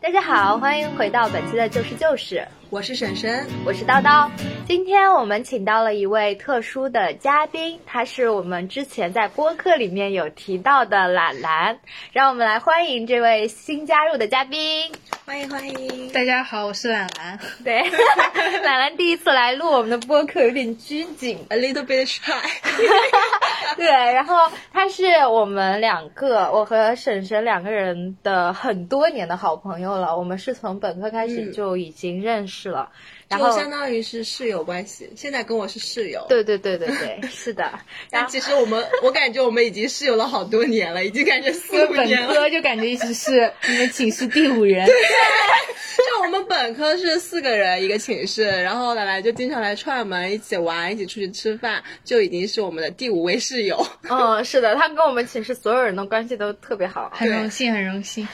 大家好，欢迎回到本期的《就是就是》，我是婶婶，我是叨叨。今天我们请到了一位特殊的嘉宾，他是我们之前在播客里面有提到的懒懒，让我们来欢迎这位新加入的嘉宾。欢迎欢迎。大家好，我是懒懒。对， 懒懒第一次来录我们的播客，有点拘谨。 A little bit shy。对，然后他是我们两个，我和婶婶两个人的很多年的好朋友了。我们是从本科开始嗯就已经认识了，然就后相当于是室友关系，现在跟我是室友。，对对对对对，是的。 然但后其实我们， 我感觉我们已经室友了好多年了，已经感觉四五本年 了。科就感觉一直是你们寝室第五人，就我们本科是四个人一个寝室，然后奶奶就经常来串门，一起玩，一起出去吃饭，就已经是我们的第五位室友。嗯，是的，他跟我们寝室所有人的关系都特别好。很荣幸，很荣幸。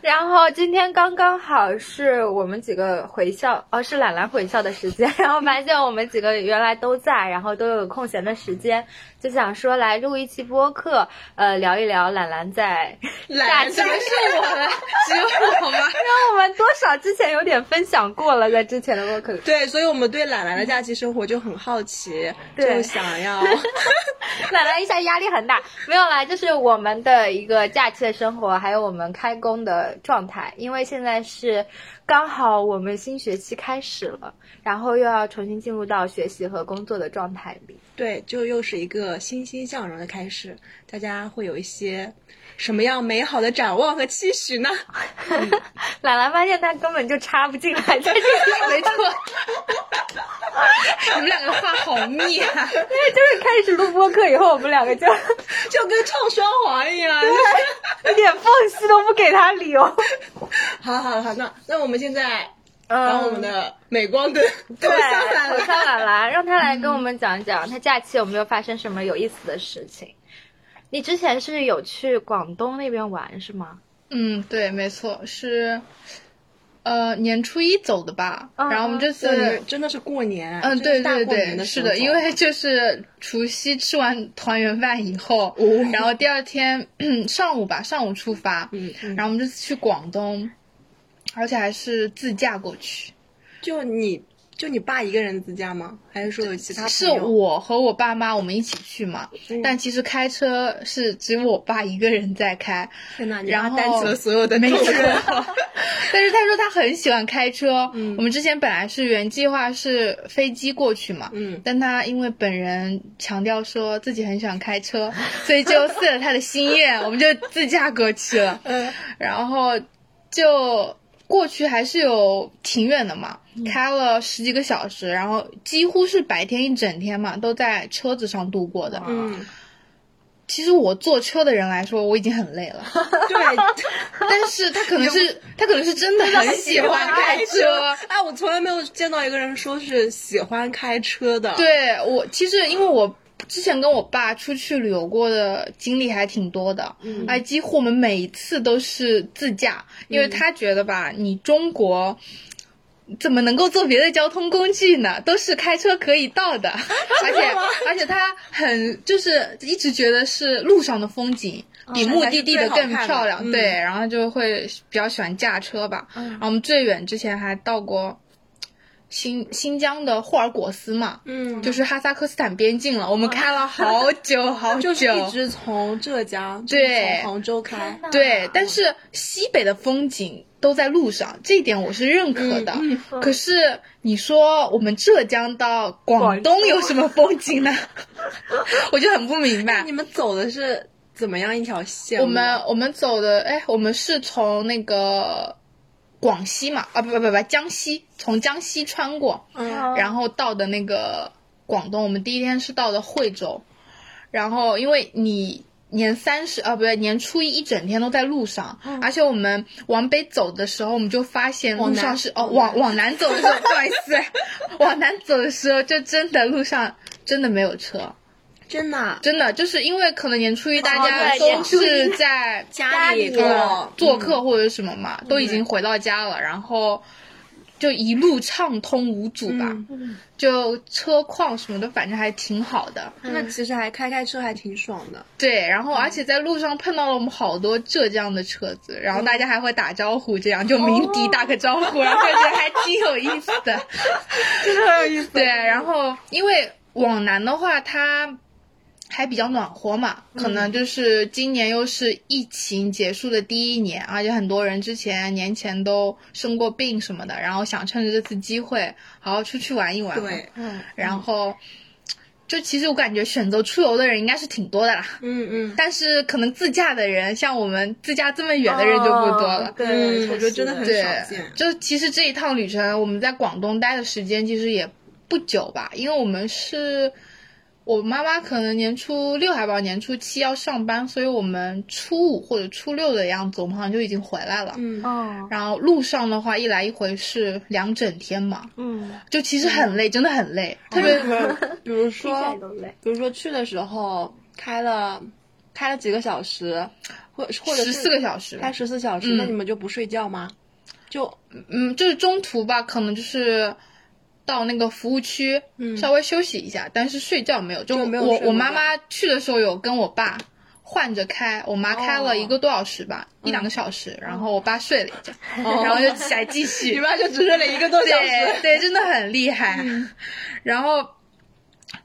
然后今天刚刚好是我们几个回校，哦，是懒懒回校的时间，然后发现我们几个原来都在，然后都有空闲的时间，就想说来录一期播客，呃，聊一聊懒懒在假懒期的懒是我们，只有我吗？因为我们多少之前有点分享过了，在之前的播客里。 对，所以我们对懒懒的假期生活就很好奇，对就想要 奶奶一下压力很大，没有啦，就是我们的一个假期的生活，还有我们开工的状态，因为现在是刚好我们新学期开始了，然后又要重新进入到学习和工作的状态里。对，就又是一个欣欣向荣的开始，大家会有一些什么样美好的展望和期许 呢？奶奶发现她根本就插不进来，这是没错， 你们两个话好密啊！ 就是开始录播课以后，我们两个就 就跟唱双簧一样。一点缝隙都不给她留。 好好好，那那我们现在把嗯，我们 的镁光灯都对，下来我 了。上懒懒，让他来跟我们讲一讲，他假期有没有发生什么有意思的事情？你之前是有去广东那边玩是吗？嗯，对，没错，是呃年初一走的吧？嗯然后我们这次对，真的是过年，嗯，真对是大对过年对，的哦是时候的，因为就是除夕吃完团圆饭以后，哦然后第二天上午吧，上午出发，嗯嗯然后我们这次去广东，而且还是自驾过去，就你就你爸一个人自驾吗？还是说有其他朋是友我和我爸妈我们一起去嘛，嗯但其实开车是只有我爸一个人在开，天呐，你然妈后担起了所有的没重错任。 但是他说他很喜欢开车。嗯我们之前本来是原计划是飞机过去嘛，嗯，但他因为本人强调说自己很喜欢开车，所以就遂了他的心愿，我们就自驾过去了。嗯，然后就过去还是有挺远的嘛，嗯开了十几个小时，然后几乎是白天一整天嘛都在车子上度过的。嗯，其实我坐车的人来说，我已经很累了。 对，但是他可能是他可能是真的很喜欢开车。 哎，我从来没有见到一个人说是喜欢开车的。，对我其实因为我之前跟我爸出去旅游过的经历还挺多的，嗯哎，几乎我们每一次都是自驾，因为他觉得吧，你中国。怎么能够坐别的交通工具呢？都是开车可以 到的，而且而且他很就是一直觉得是路上的风景哦比目的地的更漂亮，嗯对，然后他就会比较喜欢驾车吧。然后我们最远之前还到过新新疆的霍尔果斯嘛，嗯，哦就是哈萨克斯坦边境了。我们开了好久好久， 就是一直从浙江，就是嗯对从杭州开。对，但是西北的风景都在路上，这一点我是认可的。嗯嗯可是你说我们浙江到广东有什么风景 呢？我就很不明白你。们走的是怎么样一条线路？啊我们我们走的，哎，我们是从那个广西嘛，啊不不不不，江西，从江西穿过，嗯，嗯然后到的那个广东，我们第一天是到的惠州，然后因为你年三十啊，不对，年初一一整天都在路上，嗯而且我们往北走的时候，我们就发现往路南上是哦，往往往南走的时候，不好意思， 往南走的时候，就真的路上真的没有车，真的啊真的就是因为可能年初一大家哦对都年初一嗯是 在呃家家里里做做客或者什么嘛，都已经回到家了，然后就一路畅通无阻吧，嗯就车况什么的，反正还挺好的。嗯那其实还开开车还挺爽的。对，然后而且在路上碰到了我们好多浙江的车子，然后大家还会打招呼，这样就鸣笛打个招呼，然后感觉还挺有意思的。真的很有意思。对，然后因为往南的话，它还比较暖和嘛，可能就是今年又是疫情结束的第一年，而且很多人之前年前都生过病什么的，然后想趁着这次机会好好出去玩一玩。对，，嗯，然后。就其实我感觉选择出游的人应该是挺多的啦，嗯嗯，但是可能自驾的人，像我们自驾这么远的人就不多了。哦对对，嗯确我觉得实真的很对少见，就其实这一趟旅程，我们在广东待的时间其实也不久吧，因为我们是我妈妈可能年初六还不知道年初七要上班，所以我们初五或者初六的样子，我们好像就已经回来了。嗯，哦，然后路上的话，一来一回是两整天嘛，嗯，就其实很累，真的很累，特别比如听起来说，都累。比如说去的时候开了开了几个小时，或或者十四个小时时吧开。十四小时，嗯那你们就不睡觉吗？就嗯，就是中途吧，可能就是到那个服务区嗯稍微休息一下，但是睡觉没有。就就没有我睡我过妈觉妈去的时候有跟我爸换着开，我妈开哦嗯了一个多小时吧，一两个小时，然后我爸睡了一觉， 哦然后就起来继续。你妈就只睡了一个多小对时，对，真的很厉害。嗯 然后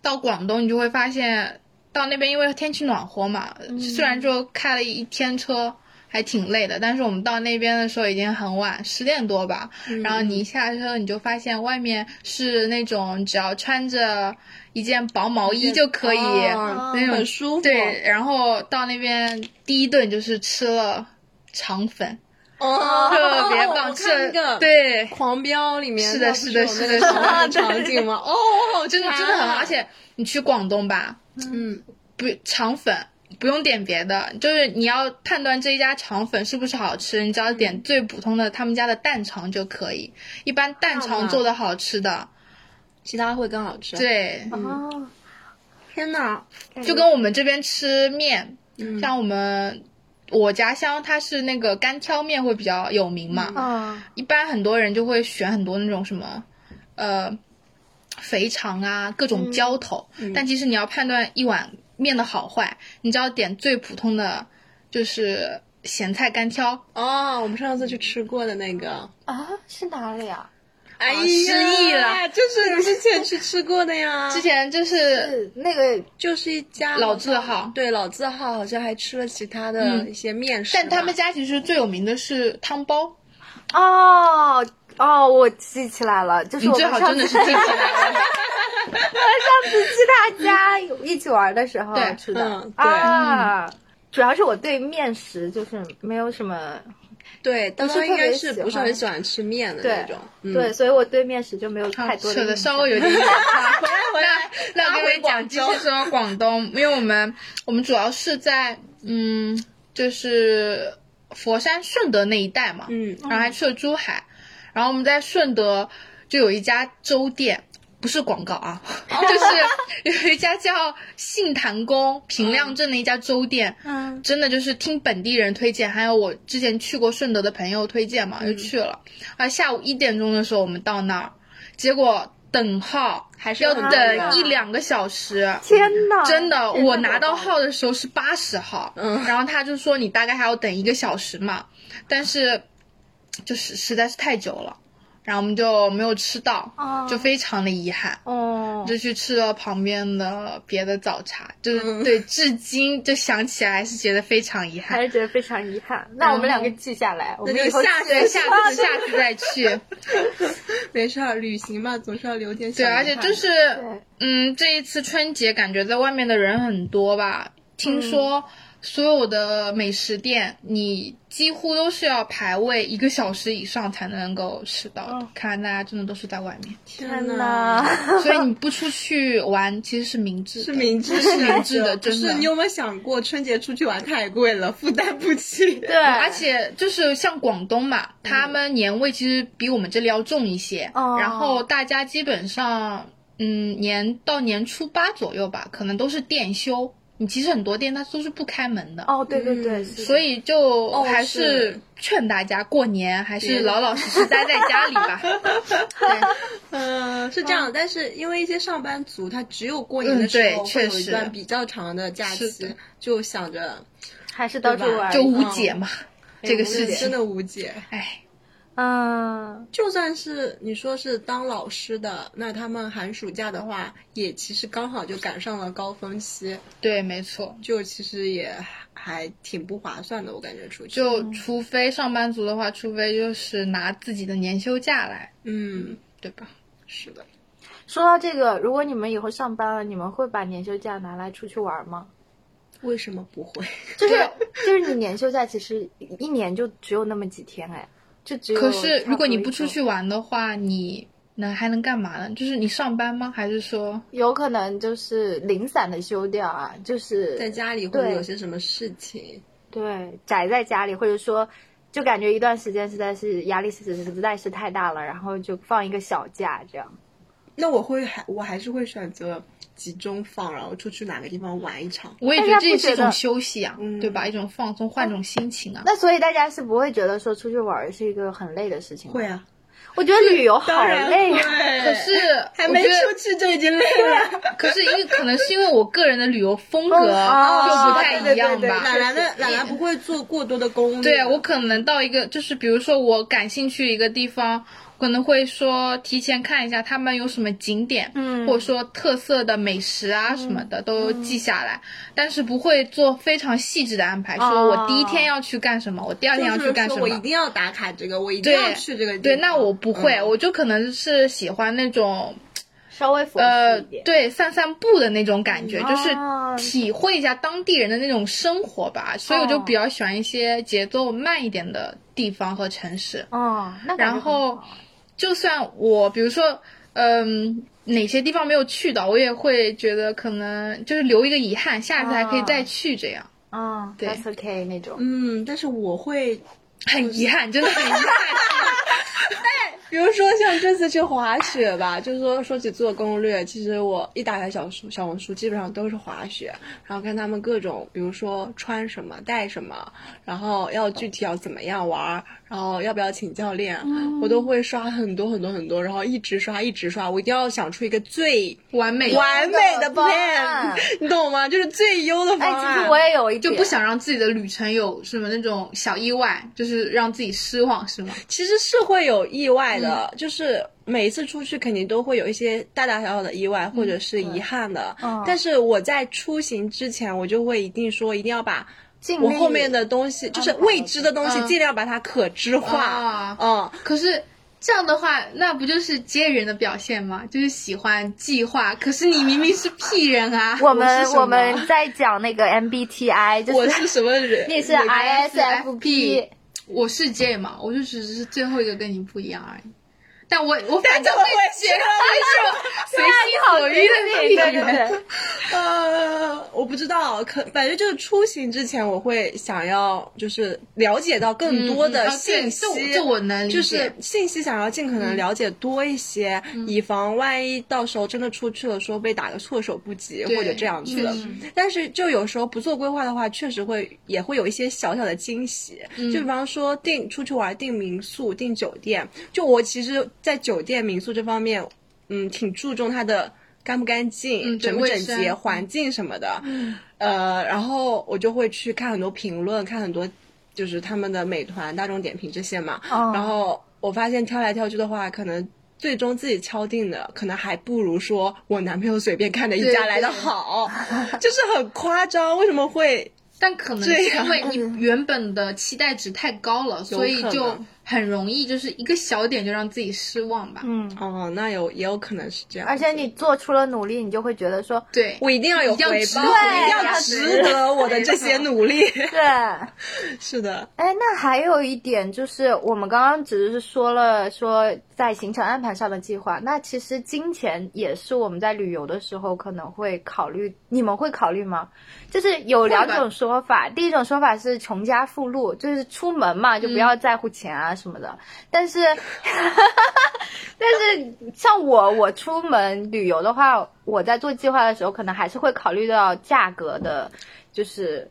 到广东，你就会发现，到那边因为天气暖和嘛，嗯虽然说开了一天车。还挺累的，但是我们到那边的时候已经很晚，十点多吧。嗯然后你一下车，你就发现外面是那种只要穿着一件薄毛衣就可以，哦那种很舒服。对。然后到那边第一顿就是吃了肠粉，哦，特别棒， 我吃看那了个对，狂飙里面是的它不是是的有是那个的什么是的场 景吗？哦，好真的真的很好，啊而且你去广东吧，嗯，不肠粉不用点别的，就是你要判断这一家肠粉是不是好吃，你只要嗯点最普通的他们家的蛋肠就可以。一般蛋好肠吧做的好吃的，其他会更好吃。，对，哦，天哪，嗯就跟我们这边吃面，嗯像我们我家乡它是那个干挑面会比较有名嘛，嗯一般很多人就会选很多那种什么，呃，肥肠啊，各嗯种浇头。但其实你要判断一碗面的好坏，你只要点最普通的，就是咸菜干挑。哦，我们上次去吃过的那个，啊，是哪里啊？哎呀，失忆了，就是你之前去吃过的呀，之前就是啊是呃那个就是一家老字号对老字号好像还吃了其他的嗯一些面食吧，但他们家其实最有名的是汤包，哦哦，我记起来了，就是你我最们好上真次的是记 起来了。上次去他家一起玩的时候对吃的嗯对啊。主要是我对面食就是没有什么对，当不是当特应该别是喜不是很欢喜欢吃面的对那种，嗯对，，所以我对面食就没有太多啊扯的的印象稍微有 点远。回来回来，那我跟回你讲，广继州续说广东，因为我们我们主要是在嗯，就是佛山顺德那一带嘛，嗯然后还去了珠海，然后我们在顺德就有一家粥店。不是广告啊，就是有一家叫信坛宫平亮镇的一家粥店，嗯真的就是听本地人推荐，还有我之前去过顺德的朋友推荐嘛，就去了。啊，下午一点钟的时候我们到那儿，结果等号还是要很难等的 一两个小时。天哪，真天的，哪啊我拿到号的时候是八十号，嗯然后他就说你大概还要等一个小时嘛，但是就是实在是太久了，然后我们就没有吃到，哦就非常的遗憾。哦，就去吃了旁边的别的早茶，就是、嗯对，至今就想起来还是觉得非常遗还憾。是觉得非常遗憾。那我们两个记下来，我们那就以后下记对，嗯下次下次再去。没事儿，旅行嘛，总是要留点小 对，遗而且憾就的是对嗯，这一次春节感觉在外面的人很多吧？听说所有的美食店，你几乎都是要排位一个小时以上才能够吃到的。哦看来大家真的都是在外面，天哪哪，，所以你不出去玩其实是明智的，是明智是明智的，的，真是的你。有没有想过春节出去玩太贵了，负担不起？ 对，而且就是像广东嘛，他们年味其实比我们这里要重一些，哦然后大家基本上，嗯，年到年初八左右吧，可能都是店休，你其实很多店它都是不开门的，哦，对对对，嗯是的所以就还是是劝大家过年还是老老实实待在家里吧。对嗯，是这样，但是因为一些上班族，他只有过年嗯的时对候会确有一实段比较长的假是期的，就想着还是到处对吧玩一就趟无解嘛，这个无事解情真，的无解。哎，嗯，就算是你说是当老师的，那他们寒暑假的话，也其实刚好就赶上了高峰期，对，没错。就其实也还挺不划算的，我感觉出去。就除非上班族的话，除非就是拿自己的年休假来，嗯，对吧？是的，说到这个，如果你们以后上班了，你们会把年休假拿来出去玩吗？为什么不会？ 就是 就是你年休假其实一年就只有那么几天哎，就只有。可是如果你不出，去玩的话，你能还能干嘛呢？就是你上班吗？还是说有可能就是零散的休掉啊，就是在家里会对有些什么事情？对宅在家里，或者说就感觉一段时间实在是压力实实在是太大了，然后就放一个小假这样。那我会还我还是会选择集中放，然后出去哪个地方玩一场。我也大觉家得不这也是觉一种得休息啊，嗯对吧？一种放松，换种心情啊。那所以大家是不会觉得说出去玩是一个很累的事情吗？会啊，我觉得旅游好当然累会。啊。可是还我没觉得，啊出去就已经累了。可是因为可能是因为我个人的旅游 风格风就格哦不太一样吧。哦对对对对懒懒的懒懒不会做过多的攻略。对我可能到一个，就是比如说我感兴趣一个地方，可能会说提前看一下他们有什么景点，嗯或者说特色的美食啊什么的、都记下来，但是不会做非常细致的安排，哦说我第一天要去干什么，我第二天要就去是干说什我一么。定要打卡这个，我一定对要去这个地方。对，那我不会，嗯我就可能是喜欢那种稍微佛系呃一点。，对，散散步的那种感觉，嗯就是哦体会一下当地人的那种生活吧。所以我就比较喜欢一些节奏慢一点的地方和城市。哦，那感觉然后很好就算我比如说，嗯、哪些地方没有去到，我也会觉得可能就是留一个遗憾，下次还可以再去这样。嗯，对 t OK 那种。嗯，但是我会，很遗憾，真的很遗憾。比如说像这次去滑雪吧，就是说说起做攻略，其实我一打开小书小红书，基本上都是滑雪，然后看他们各种，比如说穿什么、带什么，然后要具体要怎么样玩儿，然后要不要请教练，我都会刷很多很多很多，然后一直刷一直刷，我一定要想出一个最完美，完美的方案 plan，你 懂吗？就是最优的方哎，案。其实我也有一就点不想让自己的旅程有什么那种小意外，就是让自己失望，是吗？其实是会有意外的，嗯就是每一次出去肯定都会有一些大大小小的意外或者是遗憾的。哦嗯但是我在出行之前，我就会一定说一定要把。尽我力后面的东西就是未知的东西，嗯尽量把它可知化啊。嗯，可是这样的话，那不就是接人的表现吗？就是喜欢计划，可是你明明是屁人啊！我们我是什么我们在讲那个 MBTI，就我是是什么人？ 你是我大概是 ISFP，我是 J 嘛，我就只是最后一个跟你不一样而已。但我我反怎正么会回事写随心所欲的对屁对人。对， 呃，我不知道，可反正就是出行之前，我会想要就是了解到更多嗯嗯的啊对信息，这这我能理解嗯就是信息想要尽可能了解多一些，以防万一到时候真的出去了，说被打个措手不及对或者这样去的。嗯但是就有时候不做规划的话，确实会也会有一些小小的惊喜，嗯就比方说订出去玩订民宿、订酒店，就我其实，在酒店民宿这方面，嗯，挺注重它的。干不干净，嗯对整不整卫洁，生嗯环境什么的，呃，然后我就会去看很多评论，看很多就是他们的美团、大众点评这些嘛。嗯哦然后我发现挑来挑去的话，可能最终自己敲定的，可能还不如说我男朋友随便看的一对家来的对好，就是很夸张。为什么会？但可能对是呀因为你原本的期待值太高了，所以可就能很容易就是一个小点就让自己失望吧。嗯，哦，那有也有可能是这样。而且你做出了努力，你就会觉得说，对，我一定要有一定要回值报，得我一定呀要值得我的这些努 力。对，哎，是的，那还有一点就是，我们刚刚只是说了说在行程安排上的计划，那其实金钱也是我们在旅游的时候可能会考虑，你们会考虑吗？就是有两种说法，第一种说法是穷家富路，就是出门嘛就不要在乎钱啊什么的，但是。 但是像我，我出门旅游的话，我在做计划的时候，可能还是会考虑到价格的，就是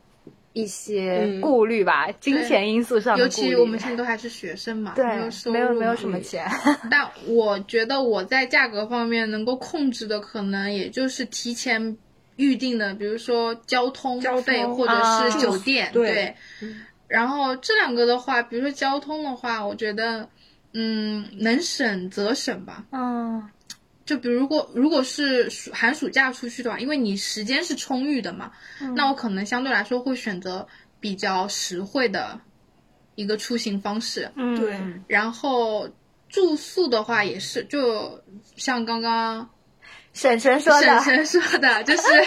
一些嗯顾虑吧，金钱因素上的尤顾其虑我们现在都还是学生嘛，对没有收入没有没有什嘛么钱，但我觉得我在价格方面能够控制的，可能也就是提前预定的，比如说交通交通费或啊者是酒店，对对。然后这两个的话，比如说交通的话，我觉得，嗯，能省则省吧。嗯就比如如果如果是暑寒暑假出去的话，因为你时间是充裕的嘛，那我可能相对来说会选择比较实惠的一个出行方式。嗯对然后住宿的话也是，就像刚刚婶婶说婶的，婶说的，就是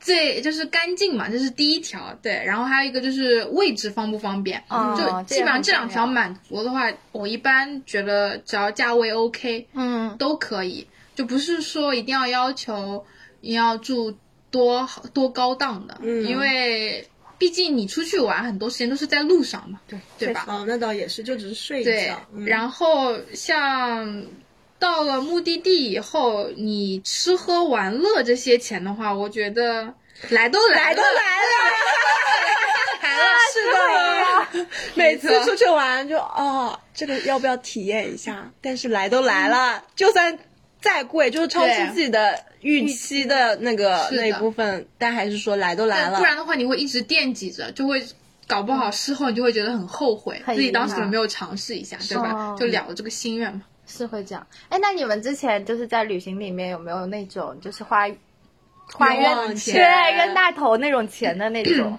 最就是干净嘛，这是第一条。对，然后还有一个就是位置方不方便，哦就基本上这两条满足的话，我一般觉得只要价位 OK 嗯都可以，就不是说一定要要求你要住多好多高档的，嗯因为毕竟你出去玩很多时间都是在路上嘛，对对吧？啊，那倒也是，就只是睡一对觉，，嗯然后像到了目的地以后，你吃喝玩乐这些钱的话，我觉得来都来了， 来了，是的，每次没错出去玩就哦，这个要不要体验一下？但是来都来了，就算再贵，就是超出对自己的预期的那个是的那一部分，但还是说来都来了不。然的话你会一直惦记着，就会。搞不好事后你就会觉得很后悔，很自己遗当时憾怎么没有尝试一下，对吧哦？就了了这个心愿嘛。是会这样。哎，那你们之前就是在旅行里面有没有那种就是花花冤枉冤钱对冤大头那种钱的那 种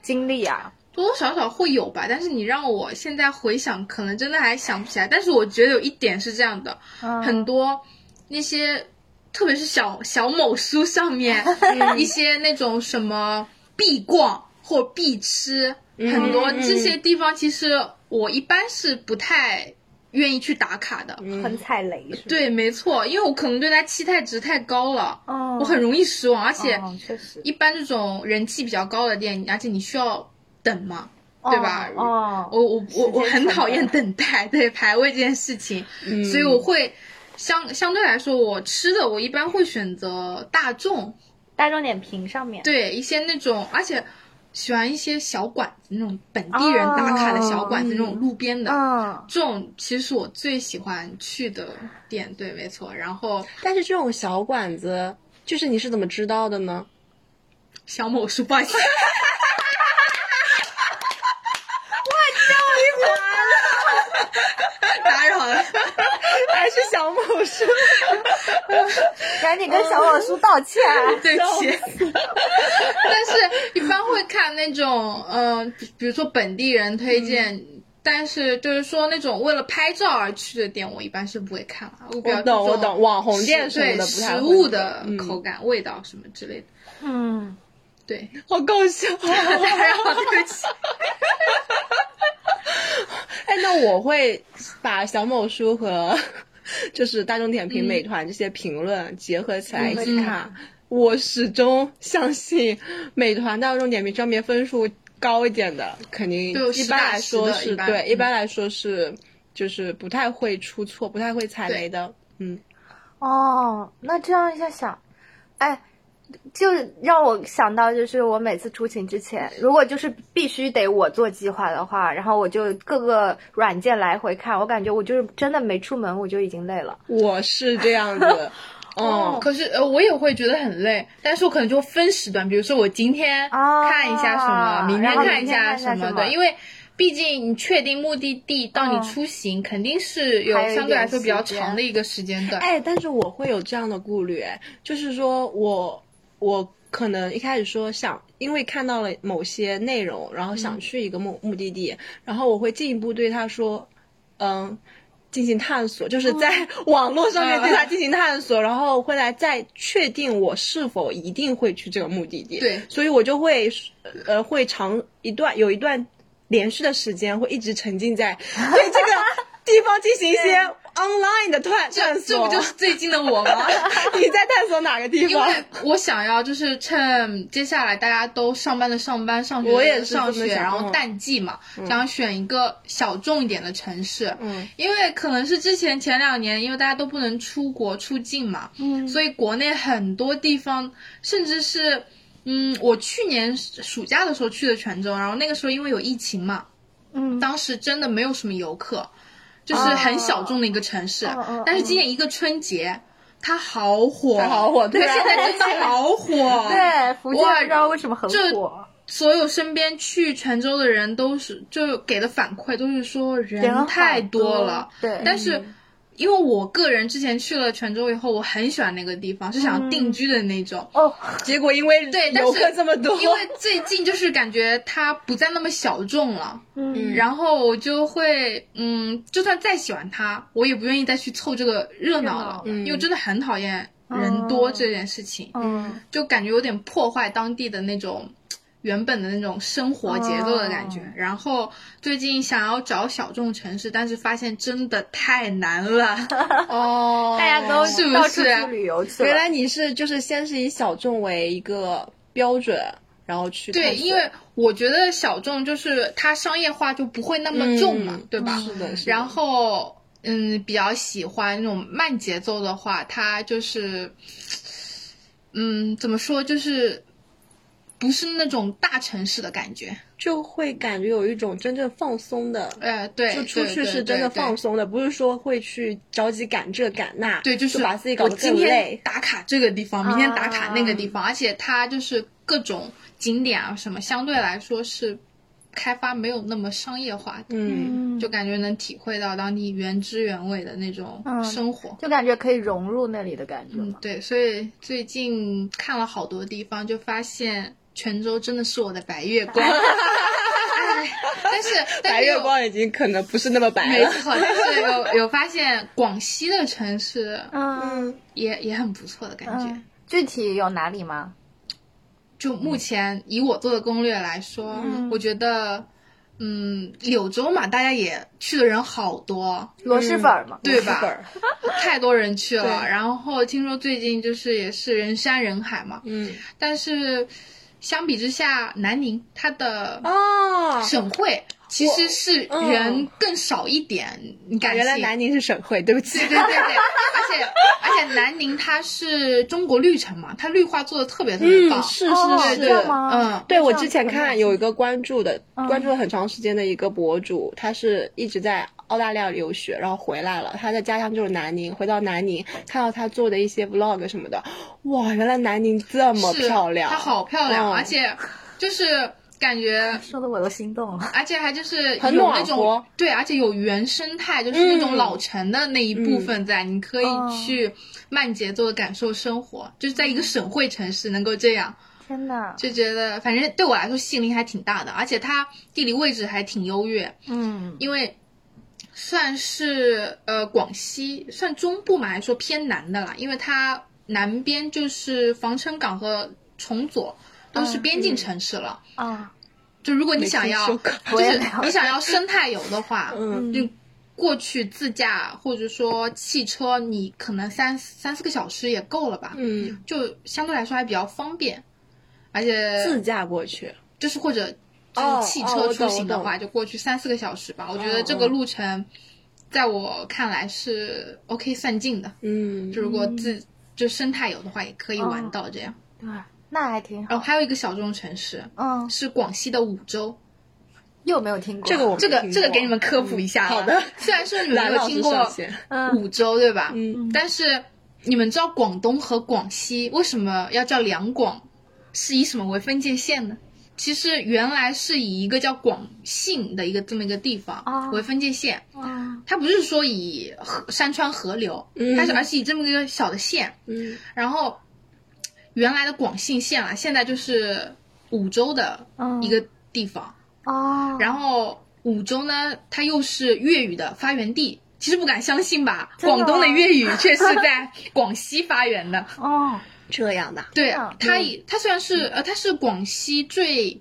经历啊？多多少少会有吧，但是你让我现在回想，可能真的还想不起来。但是我觉得有一点是这样的，嗯很多那些，特别是小小某书 上面、嗯一些那种什么必逛或必吃，很多嗯这些地方，其实我一般是不太愿意去打卡的。很踩雷是吧？对，没错，因为我可能对它期待值太高了，哦，我很容易失望，而且哦确实，一般这种人气比较高的店，而且你需要等嘛，对吧？哦，我我我我时间成很本讨厌等待， 对排位这件事情，嗯所以我会相相对来说，我吃的我一般会选择大众，大众点评上面，对一些那种，而且喜欢一些小馆子那种本地人打卡的小馆子，哦那种路边的。嗯，这种其实是我最喜欢去的店，对，没错。然后但是这种小馆子，就是你是怎么知道的呢？小某书，不好意 思，打扰了。还是小某 书？赶紧跟小老叔道歉。对不起。 但是一般会看那种，嗯、比比如说本地人推荐。但是就是说那种为了拍照而去的店，我一般是不会看了。我比较我懂注重我懂网红店食什么的对不太食会物看的嗯口感、味道什么之类的。嗯， 对，好搞 笑！打扰，对不起。哎，那我会把小某书和就是大众点嗯评、美团这些评论结合起来一起看。我始终相信美团、大众点评上面分数高一点的，肯定对一实般打来实说的是一般对，嗯一般来说是就是不太会出错、不太会踩雷的。嗯，哦，那这样一下想，哎。就是让我想到，就是我每次出行之前，如果就是必须得我做计划的话，然后我就各个软件来回看，我感觉我就是真的没出门我就已经累了。我是这样 子。嗯，可是呃，我也会觉得很累，但是我可能就分时段，比如说我今天啊看一下什么，哦明然天后看明一天看下一下什么什么的，因为毕竟你确定目的地到嗯你出行，肯定是有还有一相对来点说比较时间长的一个时间段。哎，但是我会有这样的顾虑，哎就是说我我可能一开始说想，因为看到了某些内容，然后想嗯去一个目、目的地，然后我会进一步对他说，嗯。进行探索，就是在哦 网络上面嗯对它进行探索，然后会来再确定我是否一定会去这个目的地。对所以我就会呃会长一段有一 段连续的时间会一直沉浸在对这个地方进行一些 online 的探这探这索，不就是最近的我吗？ 你在探索哪个地因方？为我想要就是趁接下来大家都上班的上班，上学我也的是上这么学，想然后嗯淡季嘛，想选一个小众一点的城市。嗯，因为可能是之前前两年，因为大家都不能出国出境嘛，嗯，所以国内很多地方，甚至是，嗯，我去年暑假的时候去的泉州，然后那个时候因为有疫情嘛，嗯当时真的没有什么游客，就是很小众的一个城市。哦哦哦但是今年一个春节，它好火，它好火对它啊现在真的好火，对，福建哇不知道为什么很这火，所有身边去泉州的人都是，就给的反馈都是说人太多了。人好多嗯对但是因为我个人之前去了泉州以后，我很喜欢那个地方，是想定居的那种。哦，结果因为对但是游客这么多，因为最近就是感觉它不再那么小众了，嗯，然后我就会，嗯，就算再喜欢它，我也不愿意再去凑这个热闹了，嗯因为我真的很讨厌人多这件事情，嗯，就感觉有点破坏当地的那种原本的那种生活节奏的感觉。哦然后最近想要找小众城市，但是发现真的太难了，哦，大家都是不到处是去旅游去原了，嗯来你是就是先是以小众为一个标准，然后去探对，索因为我觉得小众就是它商业化就不会那么重嘛，嗯对吧？是的，是的然后，嗯，比较喜欢那种慢节奏的话，它就是，嗯，怎么说，就是不是那种大城市的感觉。就会感觉有一种真正放松的。呃，对，就出对去是真的放。松的，不是说会去着急赶这赶那，对对对对，就是把自己搞我得今更天累。哦打卡这个地方，明天打卡那个啊地方，而且它就是各种景点啊什么，相对来说是开发没有那么商业化的。嗯，就感觉能体会到当地原汁原味的那种嗯生活，就感觉可以融入那里的感觉嗯嘛，，对，所以最近看了好多地方，就发现泉州真的是我的白月光。 哎但是白月。光已经可能不是那么但白是有了没。错，但是有有发现广西的城市嗯也也很不错的感觉。嗯，具体有哪里吗？就目嗯前以我做的攻略来说，我觉得，嗯，柳州嘛，大家也去的人好多，嗯螺蛳粉儿嘛，对 日本吧？儿太多人去了。对然后听说最近就是也是人山人海嘛，嗯但是相比之下，南宁它的哦，省会其实是嗯哦人更少一点，你感原来性南宁是省会，对不起。对对对对，而 且而且南宁它是中国绿城嘛，它绿化做的特别特别棒，嗯，是哦是这是样，吗嗯，对我这样之前子看有一个关注的，嗯关注了很长时间的一个博主，他是一直在澳大利亚留学，然后回来了，他的家乡就是南宁，回到南宁看到他做的一些 vlog 什么的，哇，原来南宁这么是漂亮，它好漂亮，嗯而且就是感觉说的我都心动了。而且还就是很有暖那种和对，而且有原生态，就是那种嗯老城的那一部分在，你可以哦去慢节奏的感受生活，就是在一个省会城市能够这样，天哪，就觉得反正对我来说吸引力还挺大的，而且它地理位置还挺优越，嗯，因为算是呃广西算中部嘛，还是说偏南的啦，因为它南边就是防城港和崇左都嗯是边境城市了。啊，就如果你没想听要，说过 就我也是没有你想要生态游的话，嗯就过去自驾或者说汽车，你可能三三四个小时也够了吧，嗯，就相对来说还比较方便，而且自驾过去，就是或者就哦是汽哦车我出懂行的我懂哦话，就过去三四个小时吧。我觉得这个路程，在我看来是 OK 算尽的。嗯哦就如果自就生态游的话，也可以玩到这样。对，那还挺好。然后还有一个小众城市哦嗯，是广西的五洲。又没有听过这个我没这个听这个过给你们科普一下、嗯好的，虽然说你们蓝没有老听师过上线嗯五洲，对吧？嗯，但是你们知道广东和广西为什么要叫两广，是以什么为分界线呢？其实原来是以一个叫广信的一个这么一个地哦方为分界线，啊，它不是说以河山川河流，嗯它是而是以这么一个小的县，嗯然后原来的广信县啊，现在就是五洲的一个地方。嗯哦，然后五洲呢，它又是粤语的发源地。其实不敢相信吧，真的吗广东的粤语却是 在广西发源的。哦，这样的，对啊，它也它虽然是呃，它是广西最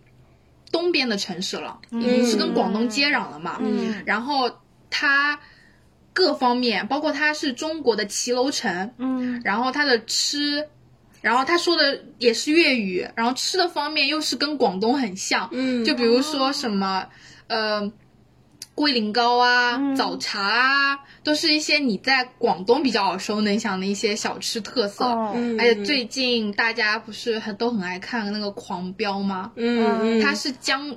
东嗯边的城市了，已经是跟广东接壤了嘛。嗯嗯然后它各方面，包括它是中国的骑楼城，嗯，然后它的吃，然后他说的也是粤语，然后吃的方面又是跟广东很像，嗯，就比如说什么，呃，龟苓膏啊、嗯早茶啊，都是一些你在广东比较耳熟能详的一些小吃特色。哦，嗯，而且最近大家不是很都很爱看那个《狂飙》吗？嗯，嗯它是江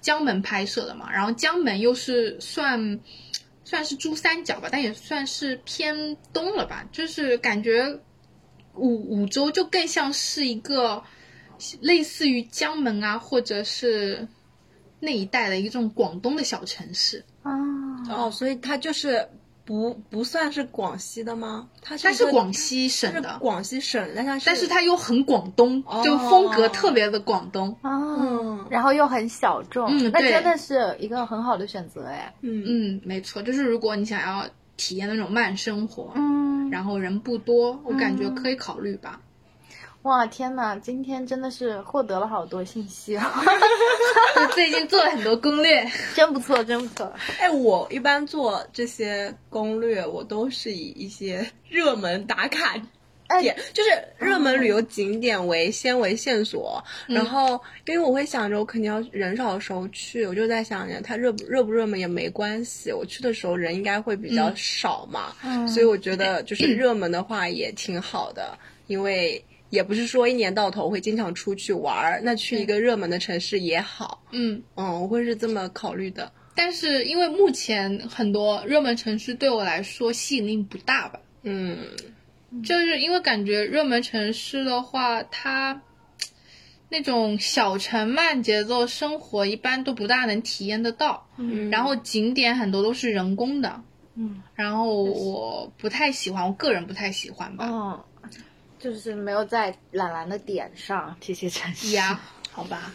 江门拍摄的嘛，然后江门又是算算是珠三角吧，但也算是偏东了吧，就是感觉五五洲就更像是一个类似于江门啊，或者是那一带的一种广东的小城市。哦，哦，所以它就是不不算是广西的吗？它它是一个广西省它是的，广西省，但它是但是它又很广东，哦就风格特别的广东。哦，嗯然后又很小众，嗯那对真的是一个很好的选择哎。嗯嗯，没错，就是如果你想要体验那种慢生活，嗯，然后人不多，我感觉嗯可以考虑吧。哇，天哪，今天真的是获得了好多信息 哦，就最近做了很多攻略， 真不错，真不错。哎，我一般做这些攻略，我都是以一些热门打卡哎点，就是热门旅游景点为先为线索，然后因为我会想着我肯定要人少的时候去，我就在想着它热不热不热门也没关系，我去的时候人应该会比较嗯少嘛，嗯所以我觉得就是热门的话也挺好的，因为。也不是说一年到头会经常出去玩儿，那去一个热门的城市也好，嗯，嗯，我会是这么考虑的。但是因为目前很多热门城市对我来说吸引力不大吧，嗯，就是因为感觉热门城市的话，它那种小城慢节奏生活一般都不大能体验得到，嗯然后景点很多都是人工的，嗯，然后我不太喜欢，我个人不太喜欢哦吧。嗯，就是没有在懒懒的点上这些城市。呀，好吧，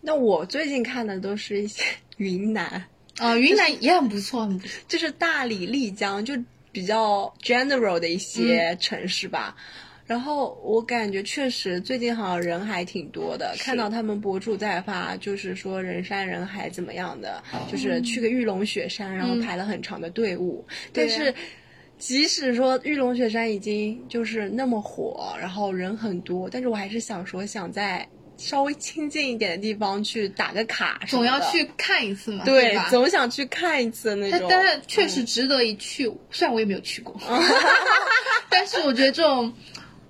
那我最近看的都是一些 云南，啊、云南也很不错，很不错就是大理、丽江，就比较 general 的一些嗯城市吧。然后我感觉确实最近好像人还挺多的，看到他们博主在发，就是说人山人海怎么样的，哦就是去个玉龙雪山，然后排了很长的队伍，但嗯对啊呀是。即使说玉龙雪山已经就是那么火，然后人很多，但是我还是想说想在稍微亲近一点的地方去打个卡什总么要的去看一次嘛，对，吧？总想去看一次那但种。嗯但是确实值得一去，虽然我也没有 去过，但是我觉得这种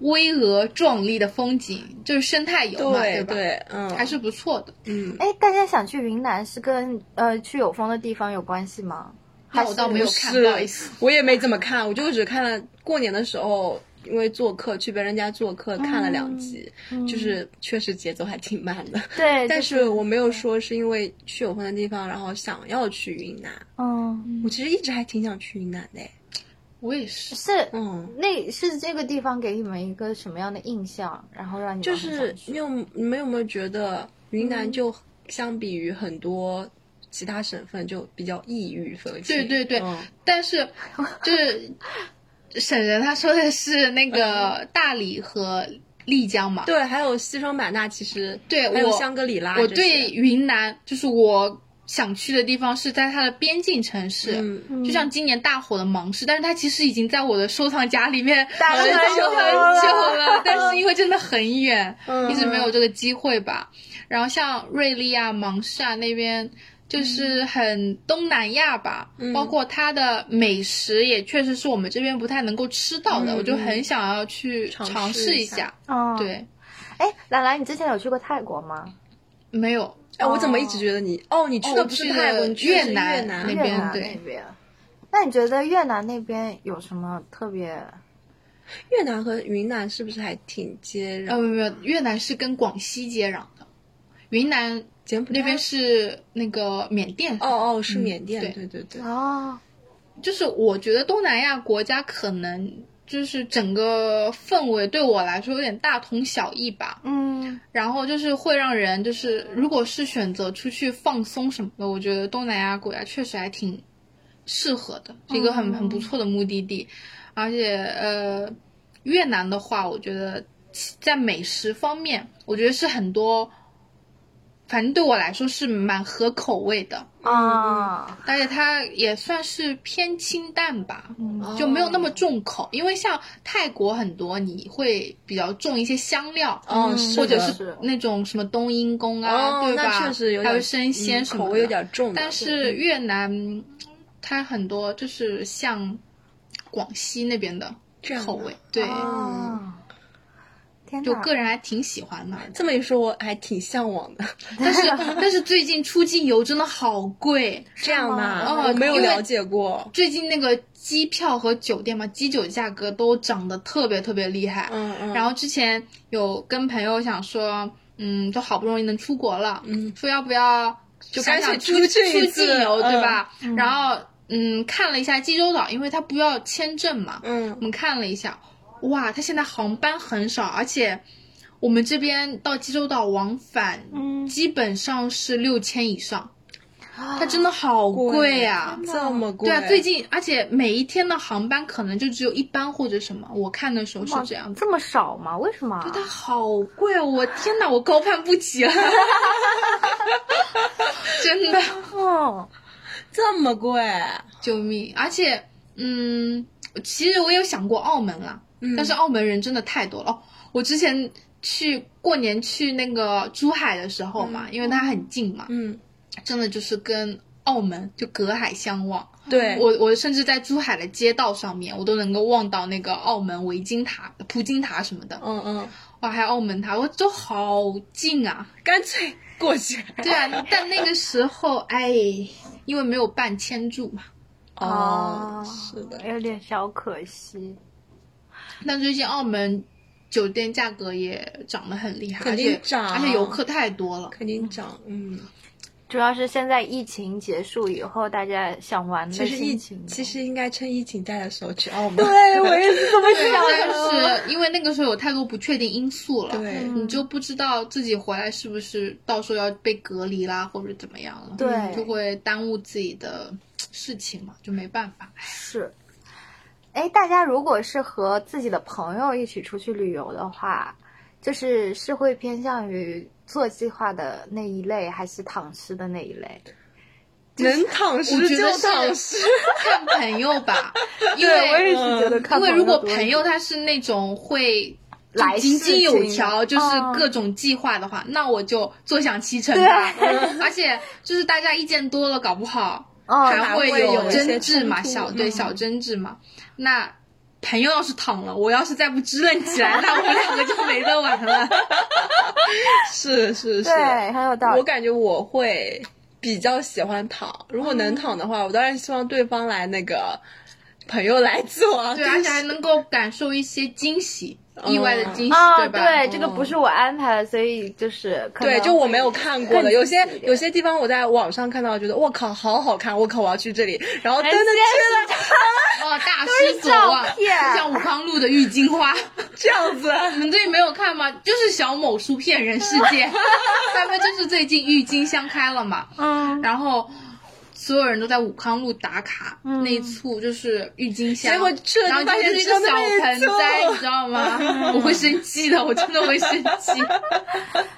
巍峨壮丽的风景，就是生态游嘛，对吧？嗯，还是不错的。嗯， 哎，大家想去云南是跟呃去有风的地方有关系吗？那我倒没有看，是不好意思。我也没怎么看，我就只看了过年的时候，因为做客去别人家做客看了两集，就是确实节奏还挺慢的。嗯对，但就是我没有说是因为去有风的地方，然后想要去云南。嗯我其实一直还挺想去云南的。哎我也是，是。嗯，那是这个地方给你们一个什么样的印象，然后让你们就很是想去你有你们有没有觉得云南就相比于很多其他省份就比较异域风情？对对对嗯但是就是 沈人他说的是那个嗯大理和丽江嘛，对，还有西双版纳，其实对还有我香格里拉这我些，对云南就是我想去的地方是在它的边境城市。嗯，就像今年大火的芒市，但是它其实已经在我的收藏夹里面大很久很久很久了了，但是因为真的很远，嗯一直没有这个机会吧。然后像瑞丽啊、芒市啊那边，就是很东南亚吧，包括它的美食也确实是我们这边不太能够吃到的，嗯我就很想要去尝试尝试一一下下。哦，对，哎，兰兰，你之前有去过泰国吗？没有，哎，我怎么一直觉得你哦，你去哦的我不是去泰国，的你去的越是南南那越边南对那边。那你觉得越南那边有什么特别？越南和云南是不是还挺接呃，壤？没有没有，越南是跟广西接壤的，云南柬埔寨那边是那个缅甸。嗯哦哦，是缅甸，对对对对，哦，就是我觉得东南亚国家可能就是整个氛围对我来说有点大同小异吧，嗯，然后就是会让人就是如果是选择出去放松什么的，我觉得东南亚国家确实还挺适合的，是一个很很不错的目的地，而且呃，越南的话，我觉得在美食方面，我觉得是很多反正对我来说是蛮合口味的，啊，而且它也算是偏清淡吧，嗯就没有那么重口。因为像泰国很多你会比较重一些香料，哦，嗯是或者的是那种什么冬阴功啊，哦，对吧？那确实有还点有生鲜嗯什么口的味有点重的，但是越南，嗯它很多就是像广西那边的这样的口味，对，哦天就哪！个人还挺喜欢的。这么一说，我还挺向往的。但 是但是最近出境游真的好贵，这样吧，哦我没有因为了解过。最近那个机票和酒店嘛，机酒价格都涨得特别特别厉害。嗯嗯，然后之前有跟朋友想说，嗯，都好不容易能出国了，嗯，说要不要就赶干脆紧出去出一境次游，对嗯吧？然后嗯，看了一下济州岛，因为它不要签证嘛，我嗯们看了一下，哇，它现在航班很少，而且我们这边到济州岛往返嗯，基本上是六千以上，它真的好贵呀、这么啊贵，对啊，最近而且每一天的航班可能就只有一班或者什么，我看的时候是这样子。这么少吗？为什么？它好贵哦！我天哪，我高攀不 起了， 真的，哦，这么贵，救命！而且，嗯，其实我有想过澳门啦，嗯但是澳门人真的太多了。哦，我之前去过年去那个珠海的时候嘛，因为它很近嘛，嗯，真的就是跟澳门就隔海相望。对，我我甚至在珠海的街道上面，我都能够望到那个澳门维京塔、葡京塔什么的，嗯嗯，哇，还有澳门塔，我都好近啊！干脆过去。 对 啊，但那个时候，哎，因为没有办签注嘛。哦是的，有点小可惜。但最近澳门酒店价格也涨得很厉害，肯定啊涨而且而且游客太多了。肯定涨。嗯，主要是现在疫情结束以后，大家想玩的其实疫心情情都，其实应该趁疫情在的时候去澳门。对啊我也是这么对，想的。但是因为那个时候有太多不确定因素了，对嗯你就不知道自己回来是不是到时候要被隔离啦，或者怎么样了，对嗯就会耽误自己的事情嘛，就没办法。是，哎，大家如果是和自己的朋友一起出去旅游的话，就是是会偏向于做计划的那一类，还是躺尸的那一类？能躺我尸觉得就是躺尸，看朋友吧，因对，我也为是觉得看嗯因为如果多一朋点友他是那种会。就来井事井有情条，就是嗯各种计划的话，那我就坐享其成对啊吧。而且就是大家意见多了，搞不好哦，还会还会有一争些执嘛，冲突小对嗯小争执嘛。那朋友要是躺了，我要是再不支棱起来，那我们两个就没得玩 了。是是是。对，很有道我理。感觉我会比较喜欢躺，如果能躺的话，我当然希望对方来那个朋友来做啊。对，但而是且还能够感受一些惊喜，意外的惊喜，哦，吧？对这个不是我安排的，所以就是可嗯对，能就我没有看过的，更有些刺激一点有些地方我在网上看到，觉得我靠，好好看，我靠，我要去这里，然后真的哎去哦，大失所望都是照，片像武康路的郁金花。了，这样子，你们最近没有看吗？就是小某书骗人事件，他们就是最近郁金香开了嘛，嗯，然后所有人都在武康路打卡，嗯那一簇就是郁金香，结果去了然后就发现就是一只有个那小么一盆簇栽，你知道吗？我会生气的，我真的会生气。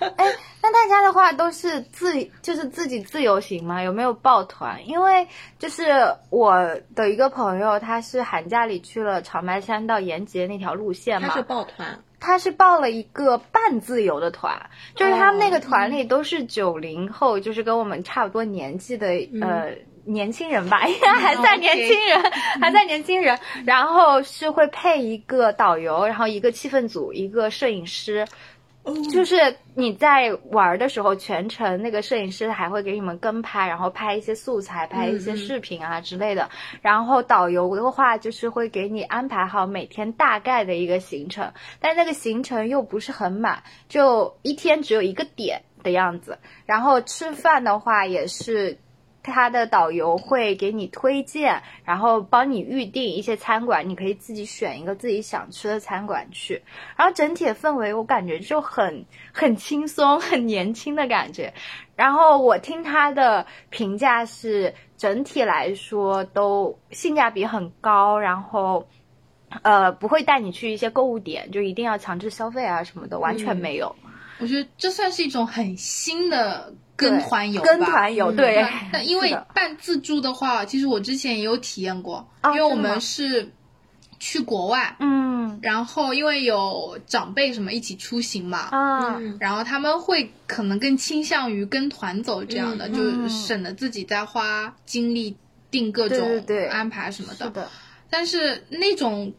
哎， 那大家的话都是自就是自己自由行吗？有没有抱团？因为就是我的一个朋友，他是寒假里去了长白山到延吉的那条路线嘛，他是抱团，他是报了一个半自由的团，就是他们那个团里都是九零后，就是跟我们差不多年纪的、呃年轻人吧，应该还在年轻人，还在年轻人。然后是会配一个导游，然后一个气氛组，一个摄影师。哦嗯就是你在玩的时候，全程那个摄影师还会给你们跟拍，然后拍一些素材、拍一些视频啊之类的。然后导游的话，就是会给你安排好每天大概的一个行程，但那个行程又不是很满，就一天只有一个点的样子。然后吃饭的话也是。他的导游会给你推荐，然后帮你预定一些餐馆，你可以自己选一个自己想吃的餐馆去。然后整体的氛围我感觉就很很轻松、很年轻的感觉。然后我听他的评价是，整体来说都性价比很高，然后。嗯呃，不会带你去一些购物点，就一定要强制消费啊什么的，完全没有。我觉得这算是一种很新的跟对团游吧。跟团游，嗯对那，那因是为的办自助的话，其实我之前也有体验过，啊因为我真的吗们是去国外，嗯然后因为有长辈什么一起出行嘛，啊，嗯然后他们会可能更倾向于跟团走这样的，嗯就省得自己再花精力定各对对对种安排什么的。是的，但是那种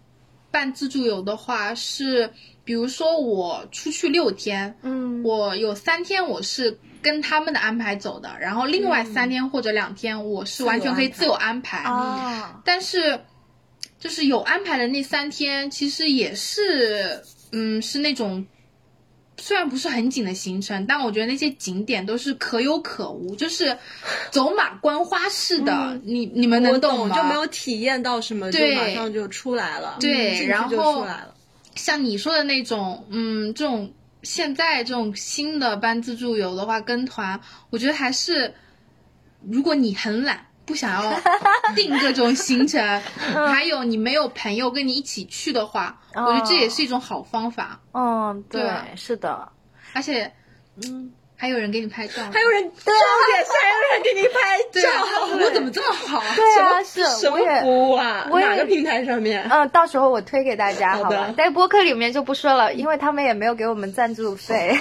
办自助游的话是，比如说我出去六天，嗯，我有三天我是跟他们的安排走的，然后另外三天或者两天我是完全可以自由安排。啊，但是就是有安排的那三天，其实也是，嗯，是那种。虽然不是很紧的行程，但我觉得那些景点都是可有可无，就是走马观花式的。你你们嗯我能懂，吗？就没有体验到什么，就对马上就出来了，嗯对进去然就后出来了。像你说的那种，嗯，这种现在这种新的班自助游的话，跟团，我觉得还是，如果你很懒，不想 要定各种行程，嗯还有你没有朋友跟你一起去的话，我觉得这也是一种好方法，嗯，对对，是的，而且嗯，还有人给你拍照，还有人重点是还有人给你对拍啊，照，服务怎么这么好啊？对啊，是， 什我么也。服务啊？我也哪个平台上面？嗯，到时候我推给大家，好好的吧？在播客里面就不说了，因为他们也没有给我们赞助 费。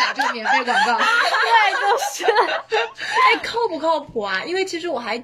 打这个免费广 告，对，就是 哎，靠不靠谱啊？因为其实我还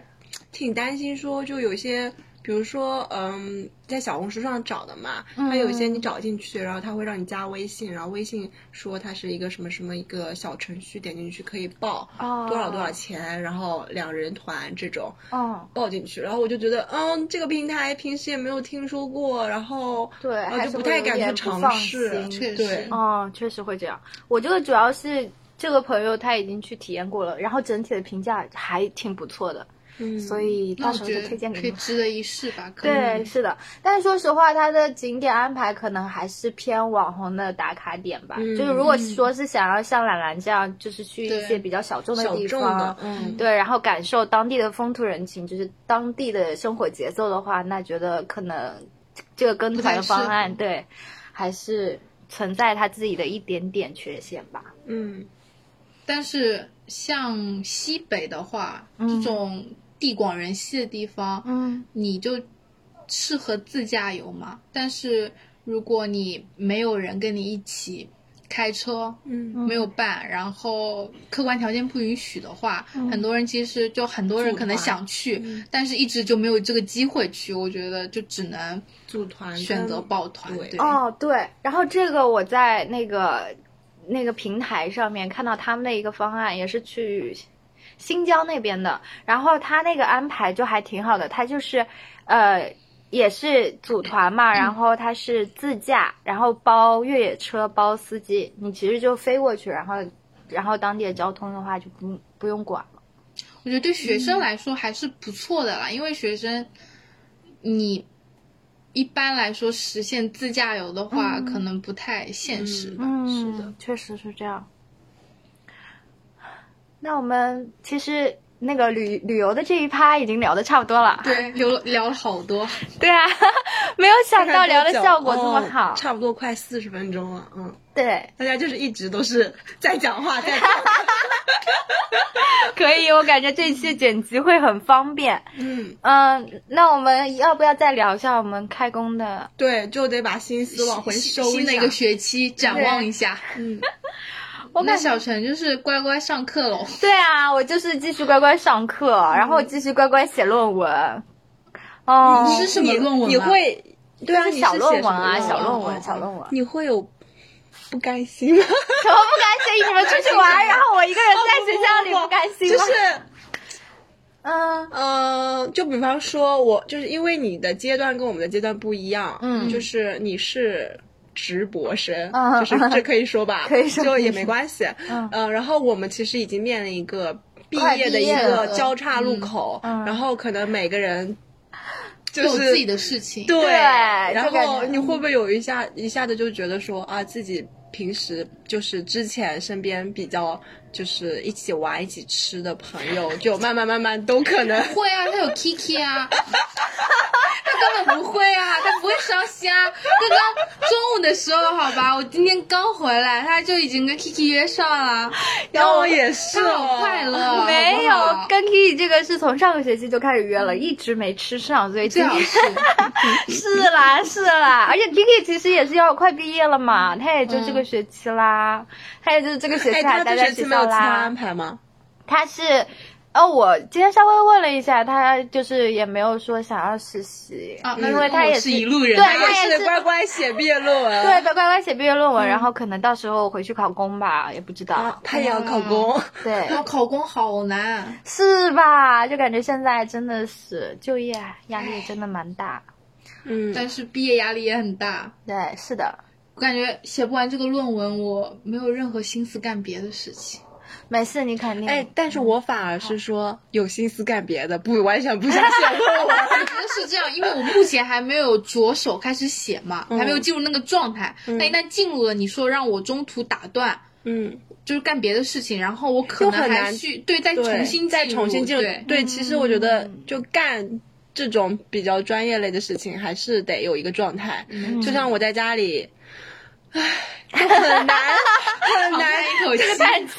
挺担心说，就有些，比如说，嗯，在小红书上找的嘛，它有些你找进去，然后它会让你加微信，然后微信说它是一个什么什么一个小程序，点进去可以报哦 多少多少钱，然后两人团这种嗯，报进去，然后我就觉得，嗯，这个平台平时也没有听说过，然后对我还哦就是不会太有敢去点不尝放试，心确实对。哦，确实会这样。我这个主要是这个朋友他已经去体验过了，然后整体的评价还挺不错的，嗯所以那到我时候觉就得推荐给可你以们。值得一试吧，可对，能是的，但是说实话，它的景点安排可能还是偏网红的打卡点吧。嗯就是如果说是想要像懒懒这样，就是去一些对比较小众的小地众方的，，嗯，对，然后感受当地的风土人情，就是当地的生活节奏的话，那觉得可能这个跟团的方案不对，还是存在它自己的一点点缺陷吧。嗯，但是像西北的话，嗯这种地广人稀的地方，嗯，你就适合自驾游嘛。但是如果你没有人跟你一起开车，嗯，没有伴，然后客观条件不允许的话，嗯很多人其实就很多人可能组团想去，嗯但是一直就没有这个机会去。我觉得就只能组团选择跟抱团。对对，哦，对，然后这个我在那个那个平台上面看到他们的一个方案，也是去新疆那边的，然后他那个安排就还挺好的，他就是呃。也是组团嘛，然后他是自驾，然后包越野车，包司机，你其实就飞过去，然后，然后当地的交通的话就不不用管了。我觉得对学嗯生来说还是不错的啦，因为学生，你一般来说实现自驾游的嗯话，可能不太现实 吧。是的，嗯确实是这样。那我们其实那个旅旅游的这一趴已经聊的差不多了，对，聊了聊了好多，对啊， 没有想到聊的看看多久效果这么哦好。差不多快四十分钟了，嗯，对，大家就是一直都是 在讲话，在讲话可以，我感觉这期剪辑会很方便。嗯，嗯，那我们要不要再聊一下我们开工的？对，就得把心思往回收新一的一下个，学期展望一下。 嗯，我那感觉小陈就是乖乖上课喽。对啊，我就是继续乖乖上课，然后继续乖乖写论文。嗯 哦，你是什么论文吗你会对啊，就是你小写论什文么啊，文小哦论文，哦小论文。你会有不甘心吗？怎么不甘心？你们出去玩，然后我一个人在学校里不甘心就吗是。嗯嗯，就比方说我，就是因为你的阶段跟我们的阶段不一样，嗯就是你是。直博生，嗯就是这可以说吧， 可以说就也没关系。嗯呃然后我们其实已经面临一个毕快业的毕一业个了交叉路口，嗯嗯然后可能每个人就有是自己的事情，对，对然就感后觉嗯你会不会有一下一下子就觉得说啊，自己平时就是之前身边比较就是一起玩、一起吃 的朋友，就慢慢慢慢都可能 会啊，他有 Kiki 啊，根本不会啊，他不会烧虾。刚刚中午的时候，好吧，我今天刚回来，他就已经跟 Kiki 约上了。然后我也是他哦好快乐， 没有好不好跟 Kiki 这个是从上个学期就开始约嗯了，一直没吃上，所以最今好天是 是啦是啦，而且 Kiki 其实也是要快毕业了嘛，他也就这个学期啦，他也就是这个学嗯啊哎，期还他待这在学期学没有啊校其他啦安。排吗？他是，呃，我今天稍微问了一下，他就是也没有说想要实习，啊，那因哦为他我也是一路对人，他他也也是是乖乖写毕业论文，对，乖乖写毕业论文，然后可能到时候回去考公吧，也不知道。嗯啊，他也要考公。对， 我考公好难。是吧？就感觉现在真的是就业压力真的蛮大。嗯，但是毕业压力也很大。对，是的，我感觉写不完这个论文，我没有任何心思干别的事情。没事，你肯定。哎，但是我反而是说有心思干别的，不完全不想写论文。 我觉得是这样，因为我目前还没有着手开始写嘛，嗯还没有进入那个状态。那一旦进入了，你说让我中途打断，嗯，就是干别的事情，然后我可能就很还难去对再对哎重新再重新进进入入对。嗯对，其实我觉得就干这种比较专业类的事情，还是得有一个状态。嗯 就像我在家里，唉，就 很难很长难叹，一口气，叹气，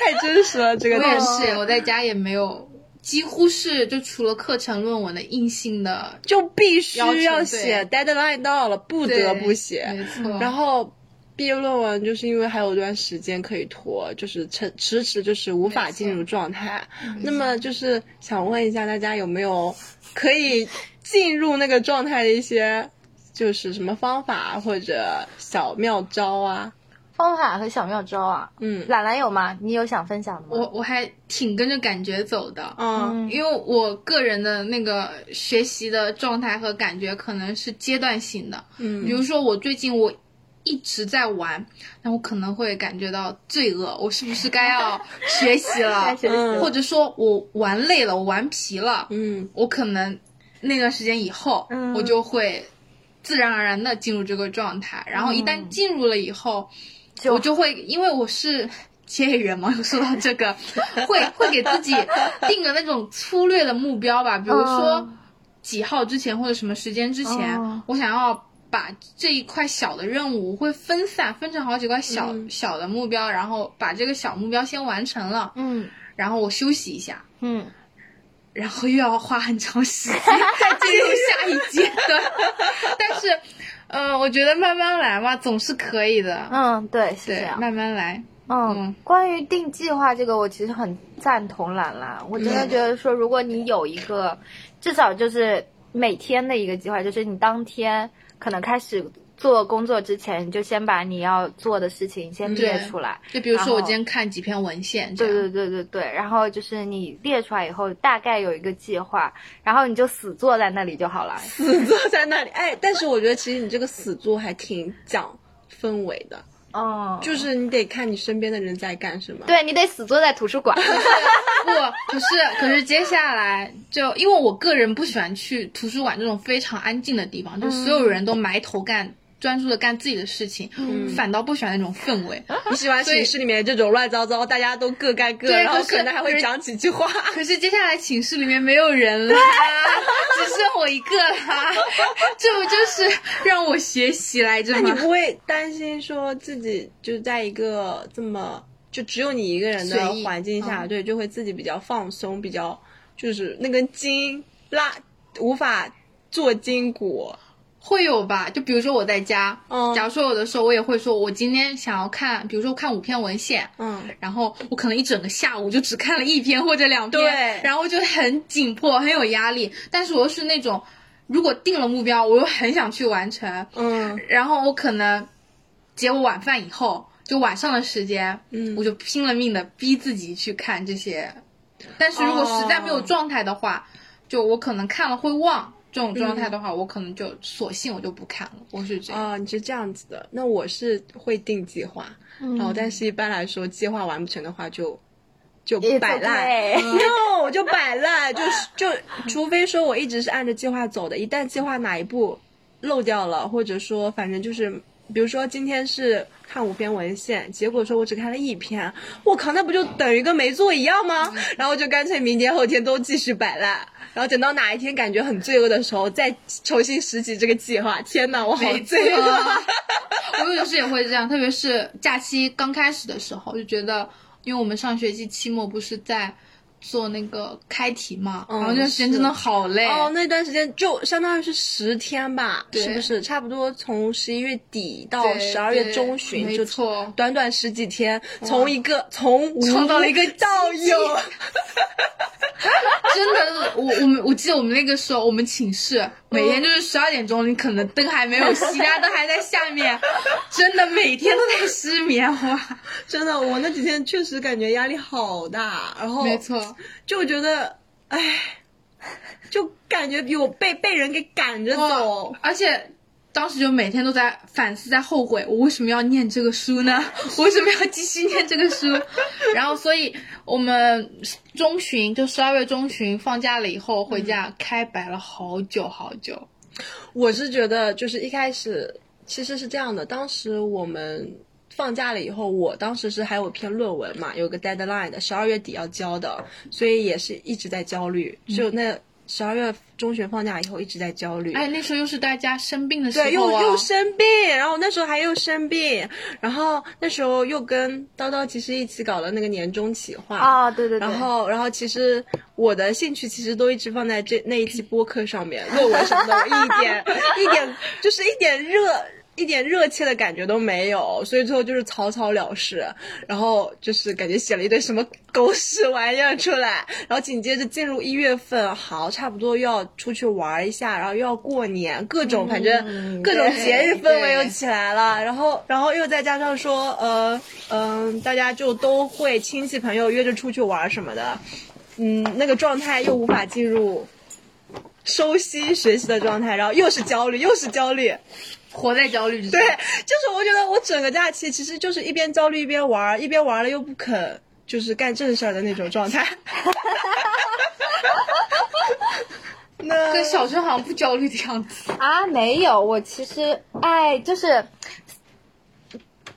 太真实了这个我也东西。是，我在家也没有，几乎是就除了课程论文的硬性的，就必须要求要写，deadline 到了不得不写。没错。然后毕业论文就是因为还有段时间可以拖，就是迟迟迟就是无法进入状态。那么就是想问一下大家有没有可以进入那个状态的一些，就是什么方法或者小妙招啊？方法和小妙招啊，嗯懒懒有吗？你有想分享的吗？我我还挺跟着感觉走的，嗯嗯因为我个人的那个学习的状态和感觉可能是阶段性的，比嗯如说我最近我一直在玩，那我可能会感觉到罪恶，我是不是该要学习了该？学习了嗯或者说我玩累了，我玩疲了，嗯我可能那段时间以后，嗯我就会自然而然的进入这个状态，然后一旦嗯进入了以后，就我就会因为我是。 接人嘛，说到这个，会会给自己定个那种粗略的目标吧，比如说嗯几号之前或者什么时间之前，嗯我想要把这一块小的任务会分散，分成好几块小、嗯小的目标，然后把这个小目标先完成了，嗯然后我休息一下，嗯，然后又要花很长时间 再进入下一阶段。但是，呃，我觉得慢慢来嘛，总是可以的。嗯，对，是这对，样。慢慢来。嗯嗯，关于定计划这个，我其实很赞同兰兰。我真的觉得说，如果你有一个，至少就是每天的一个计划，就是你当天可能开始做工作之前，你就先把你要做的事情先列对出来。就比如然后说，我今天看几篇文献，这对样。对对对对，然后就是你列出来以后，大概有一个计划，然后你就死坐在那里就好了。死坐在那里，哎，但是我觉得其实你这个死坐还挺讲氛围的，嗯，就是你得看你身边的人在干什么。对你得死坐在图书 馆。不，可是可是接下来就因为我个人不喜欢去图书馆这种非常安静的地方，就嗯所有人都埋头干。专注的干自己的事情，嗯反倒不喜欢那种氛围。你喜欢寝室里面这种乱糟糟，大家都各干各，对然后可是可能还会讲几句 话。 可是接下来寝室里面没有 人啦，只剩我一个啦， 这不就是让我学习来着那你吗？不会担心说自己就在一个这么就只有你一个人的随意环境下，嗯对，就会自己比较放松，比较就是那根筋拉无法做筋骨。会有吧？就比如说我在家，嗯假如说有的时候我也会说，我今天想要看，比如说看五篇文献，嗯，然后我可能一整个下午就只看了一篇或者两篇，对然后就很紧迫，很有压力。但是我又是那种，如果定了目标，我又很想去完成， 嗯，然后我可能结果晚饭以后，就晚上的时间，嗯我就拼了命的逼自己去看这些。但是如果实在没有哦状态的话，就我可能看了会忘。这种状嗯态的话，我可能就索性我就不看了。我是这样，啊、你是这样子的。那我是会定计划，然后但是一般来说计划完不成的话就就嗯 It's 摆烂。 嗯 okay no，我就摆烂，就是就除非说我一直是按着计划走的，一旦计划哪一步漏掉了，或者说反正就是比如说今天是看五篇文献，结果说我只看了一篇，我靠，那不就等于跟没做一样吗？然后就干脆明天后天都继续摆烂，然后等到哪一天感觉很罪恶的时候，再重新拾起这个计划。天哪，我好罪恶！ 我有时也会这样，特别是假期刚开始的时候，就觉得，因为我们上学期期末不是在做那个开题嘛，嗯然后那段时间真的好累。哦，那段时间就相当于是十天吧，对是不是？差不多从十一月底到对十二月中旬，没就错，短短十几天，从一个从无创造了一个到有， 真的，我我们我记得我们那个时候，我们寝室每天嗯就是十二点钟，你可能灯还没有熄，大家都还在下 面，真的每天都在失眠哇。 真的，我那几天确实感觉压力好大，然后没错，就觉得，哎，就感觉有被被人给赶着走哇，而且。当时就每天都在反思，在后悔，我为什么要念这个书 呢？我为什么要继续念这个书？然后，所以我们中旬就十二月中旬放假了以后回家、开摆了好久好久。我是觉得，就是一开始其实是这样的，当时我们放假了以后，我当时是还有篇论文嘛，有个 deadline 的，十二月底要交的，所以也是一直在焦虑。就那十二月中旬放假以后，一直在焦虑。哎，那时候又是大家生病的时候、啊，对，又又生病，然后那时候还又生病，然后那时候又跟叨叨其实一起搞了那个年终企划啊、对对对，然后，然后其实我的兴趣其实都一直放在这那一期播客上 面，论文什么的，我一点一点就是一点热一点热切的感觉都没有，所以最后就是草草了事，然后就是感觉写了一堆什么狗屎玩意儿出来，然后紧接着进入一月份，好，差不多又要出去玩一下，然后又要过年，各嗯种反正各种对节日 氛围又对起来了，然后，然后又再加上说，呃，嗯、大家就都会亲戚朋友约着出去玩什么的，嗯，那个状态又无法进入收心学习的状态，然后又是焦虑，又是焦虑，活在焦虑之中。对， 就是我觉得我整个假期其实就是一边焦虑一边玩，一边玩了又不肯就是干正事儿的那种状态。 那跟小春好像不焦虑的样子。啊，没有，我其实哎，就是，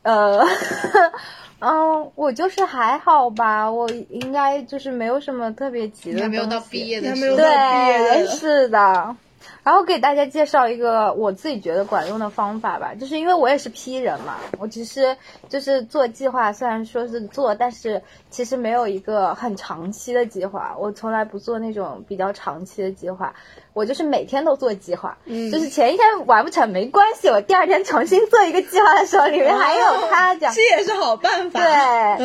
呃， 嗯，我就是还好吧，我应该就是没有什么特别急的东你西，还没有到毕业的还没时有候，到毕业对，的是的。然后给大家介绍一个我自己觉得管用的方法吧，就是因为我也是 P 人嘛，我只是就是做计划，虽然说是做，但是其实没有一个很长期的计划，我从来不做那种比较长期的计划，我就是每天都做计划，嗯就是前一天完不成没关系，我第二天重新做一个计划的时候，里面还有他这样，这也是好办法。对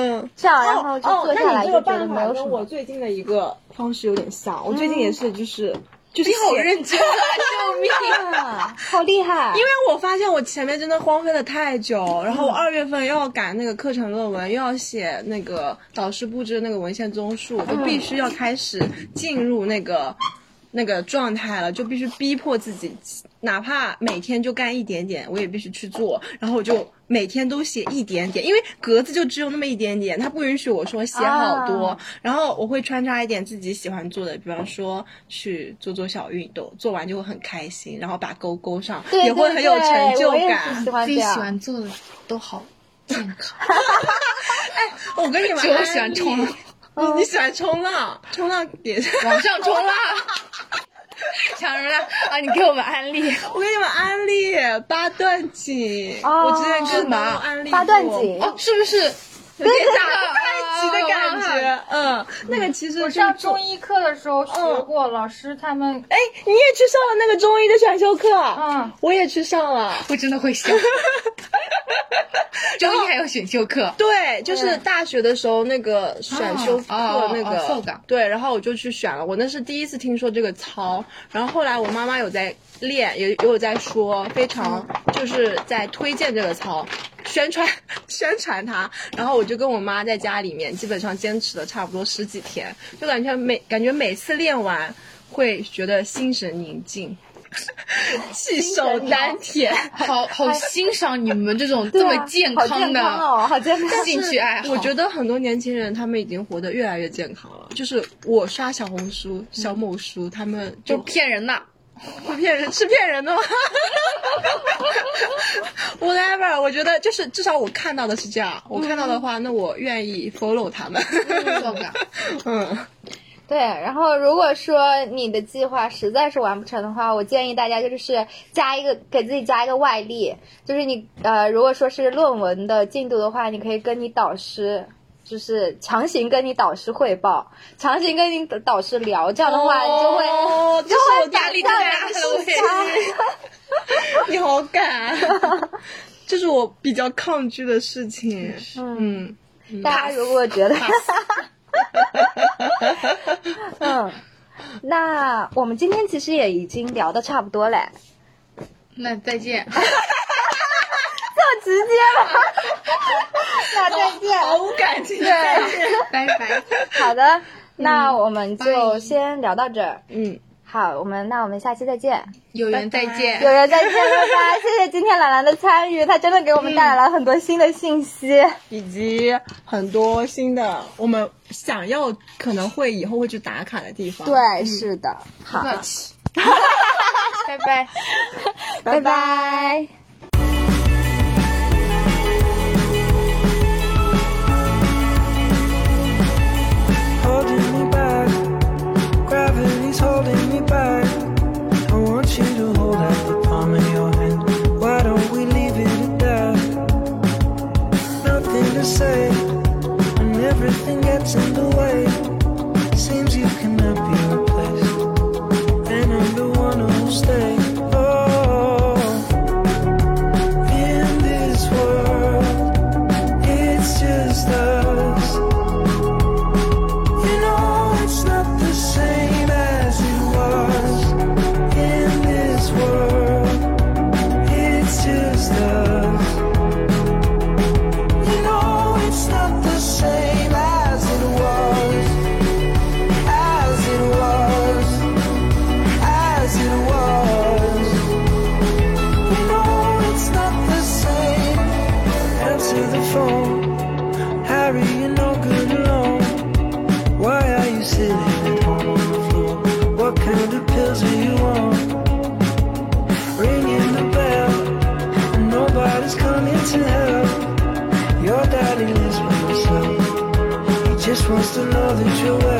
嗯。这样然后就哦做下那来你这就个觉得办没法有什跟么嗯 我。最近的一个方式有点像，我最近也是就是、就是你好写认真啊！救命！啊， 好厉害！因为我发现我前面真的荒废了太久，然后我二月份又要赶那个课程论文，又要写那个导师布置的那个文献综述，就必须要开始进入那个那个状态了，就必须逼迫自己，哪怕每天就干一点点，我也必须去做。然后我就每天都写一点点，因为格子就只有那么一点点，它不允许我说写好多。啊然后我会穿插一点自己喜欢做的，比方说去做做小运动，做完就会很开心，然后把勾勾上，对也会很有成对对就我也是感喜。欢这自己喜样。欢做的都好健康， 我跟你们安只利，有喜欢冲浪， 嗯你你喜欢冲浪，冲浪也是。 往上冲浪。想什么呢？啊，你给我们安利。我给你们安利八段锦，哦我之前是跟吗妈妈安利过八段锦 哦，是不是？有点对打对 太极 的感觉，嗯，那个其实我就是上做中医课的时候学嗯过，老师他们哎，你也去上了那个中医的选修课，啊嗯，我也去上了。我真的 会笑。中医还有选修课，对，就是大学的时候那个选修课哦哦那嗯哦个搜的，对，然后我就去选了。我那是第一次听说这个操，然后后来我妈妈有在练，也也有在说，非常嗯就是在推荐这个操，宣传 宣传它。然后我就跟我妈在家里面基本上坚持了差不多十几天，就感觉每感觉每次练完会觉得心神宁静， 气手丹田。好好欣赏你们这种哎对这啊么健康的好健康哦，好健康。兴趣爱好。我觉得很多年轻人他们已经活得越来越健康了。就是我刷小红书、小某书，他们就就骗人呐。 会骗人，是骗人的吗？ whatever，我觉得就是至少我看到的是这样，我看到的话，那我愿意 follow 他们。 懂的。嗯， 对，然后如果说你的计划实在是完不成的话，我建议大家就是加一个给自己加一个外力，就是你呃，如果说是论文的进度的话，你可以跟你导师。就是强行跟你导师汇报，强行跟你导师聊，这样的话啊你就会、哦，这是我就会压力反太向大地了，我施也是。 你好敢，这是我比较抗拒的事情。嗯，大家如果觉得，嗯，那我们今天其实也已经聊的差不多嘞，那 再见。这么直接吗？那再见，毫哦无感情。对， 拜拜。好的，那我们就先聊到这儿。嗯，好，我们那我们下期再见，有缘再见。有缘再见，拜拜！谢谢今天兰兰的参与，她真的给我们带来了很多新的信息。以及很多新的我们想要可能会以后会去打卡的地方。对，是的，好，客气。拜拜。拜拜。 holding me back. Gravity's holding me back. I want you to hold out the palm of your hand. Why don't we leave it at that? Nothing to say, and everything gets in the way. Seems you cannot be replaced, and I'm the one who'll stay. Oh, in this world, it's just us. You know it's not the same as it was in this world. It's just us. You know it's not the same as it was, as it was, as it was. You know it's not the same. Answer the phone, Harry. You're no good alone. Why are you sitting at home on the floor? What kind of pills are you on? Ringing the bell, and nobody's coming to help. Your daddy lives by himself. He just wants to know that you're well. Oh,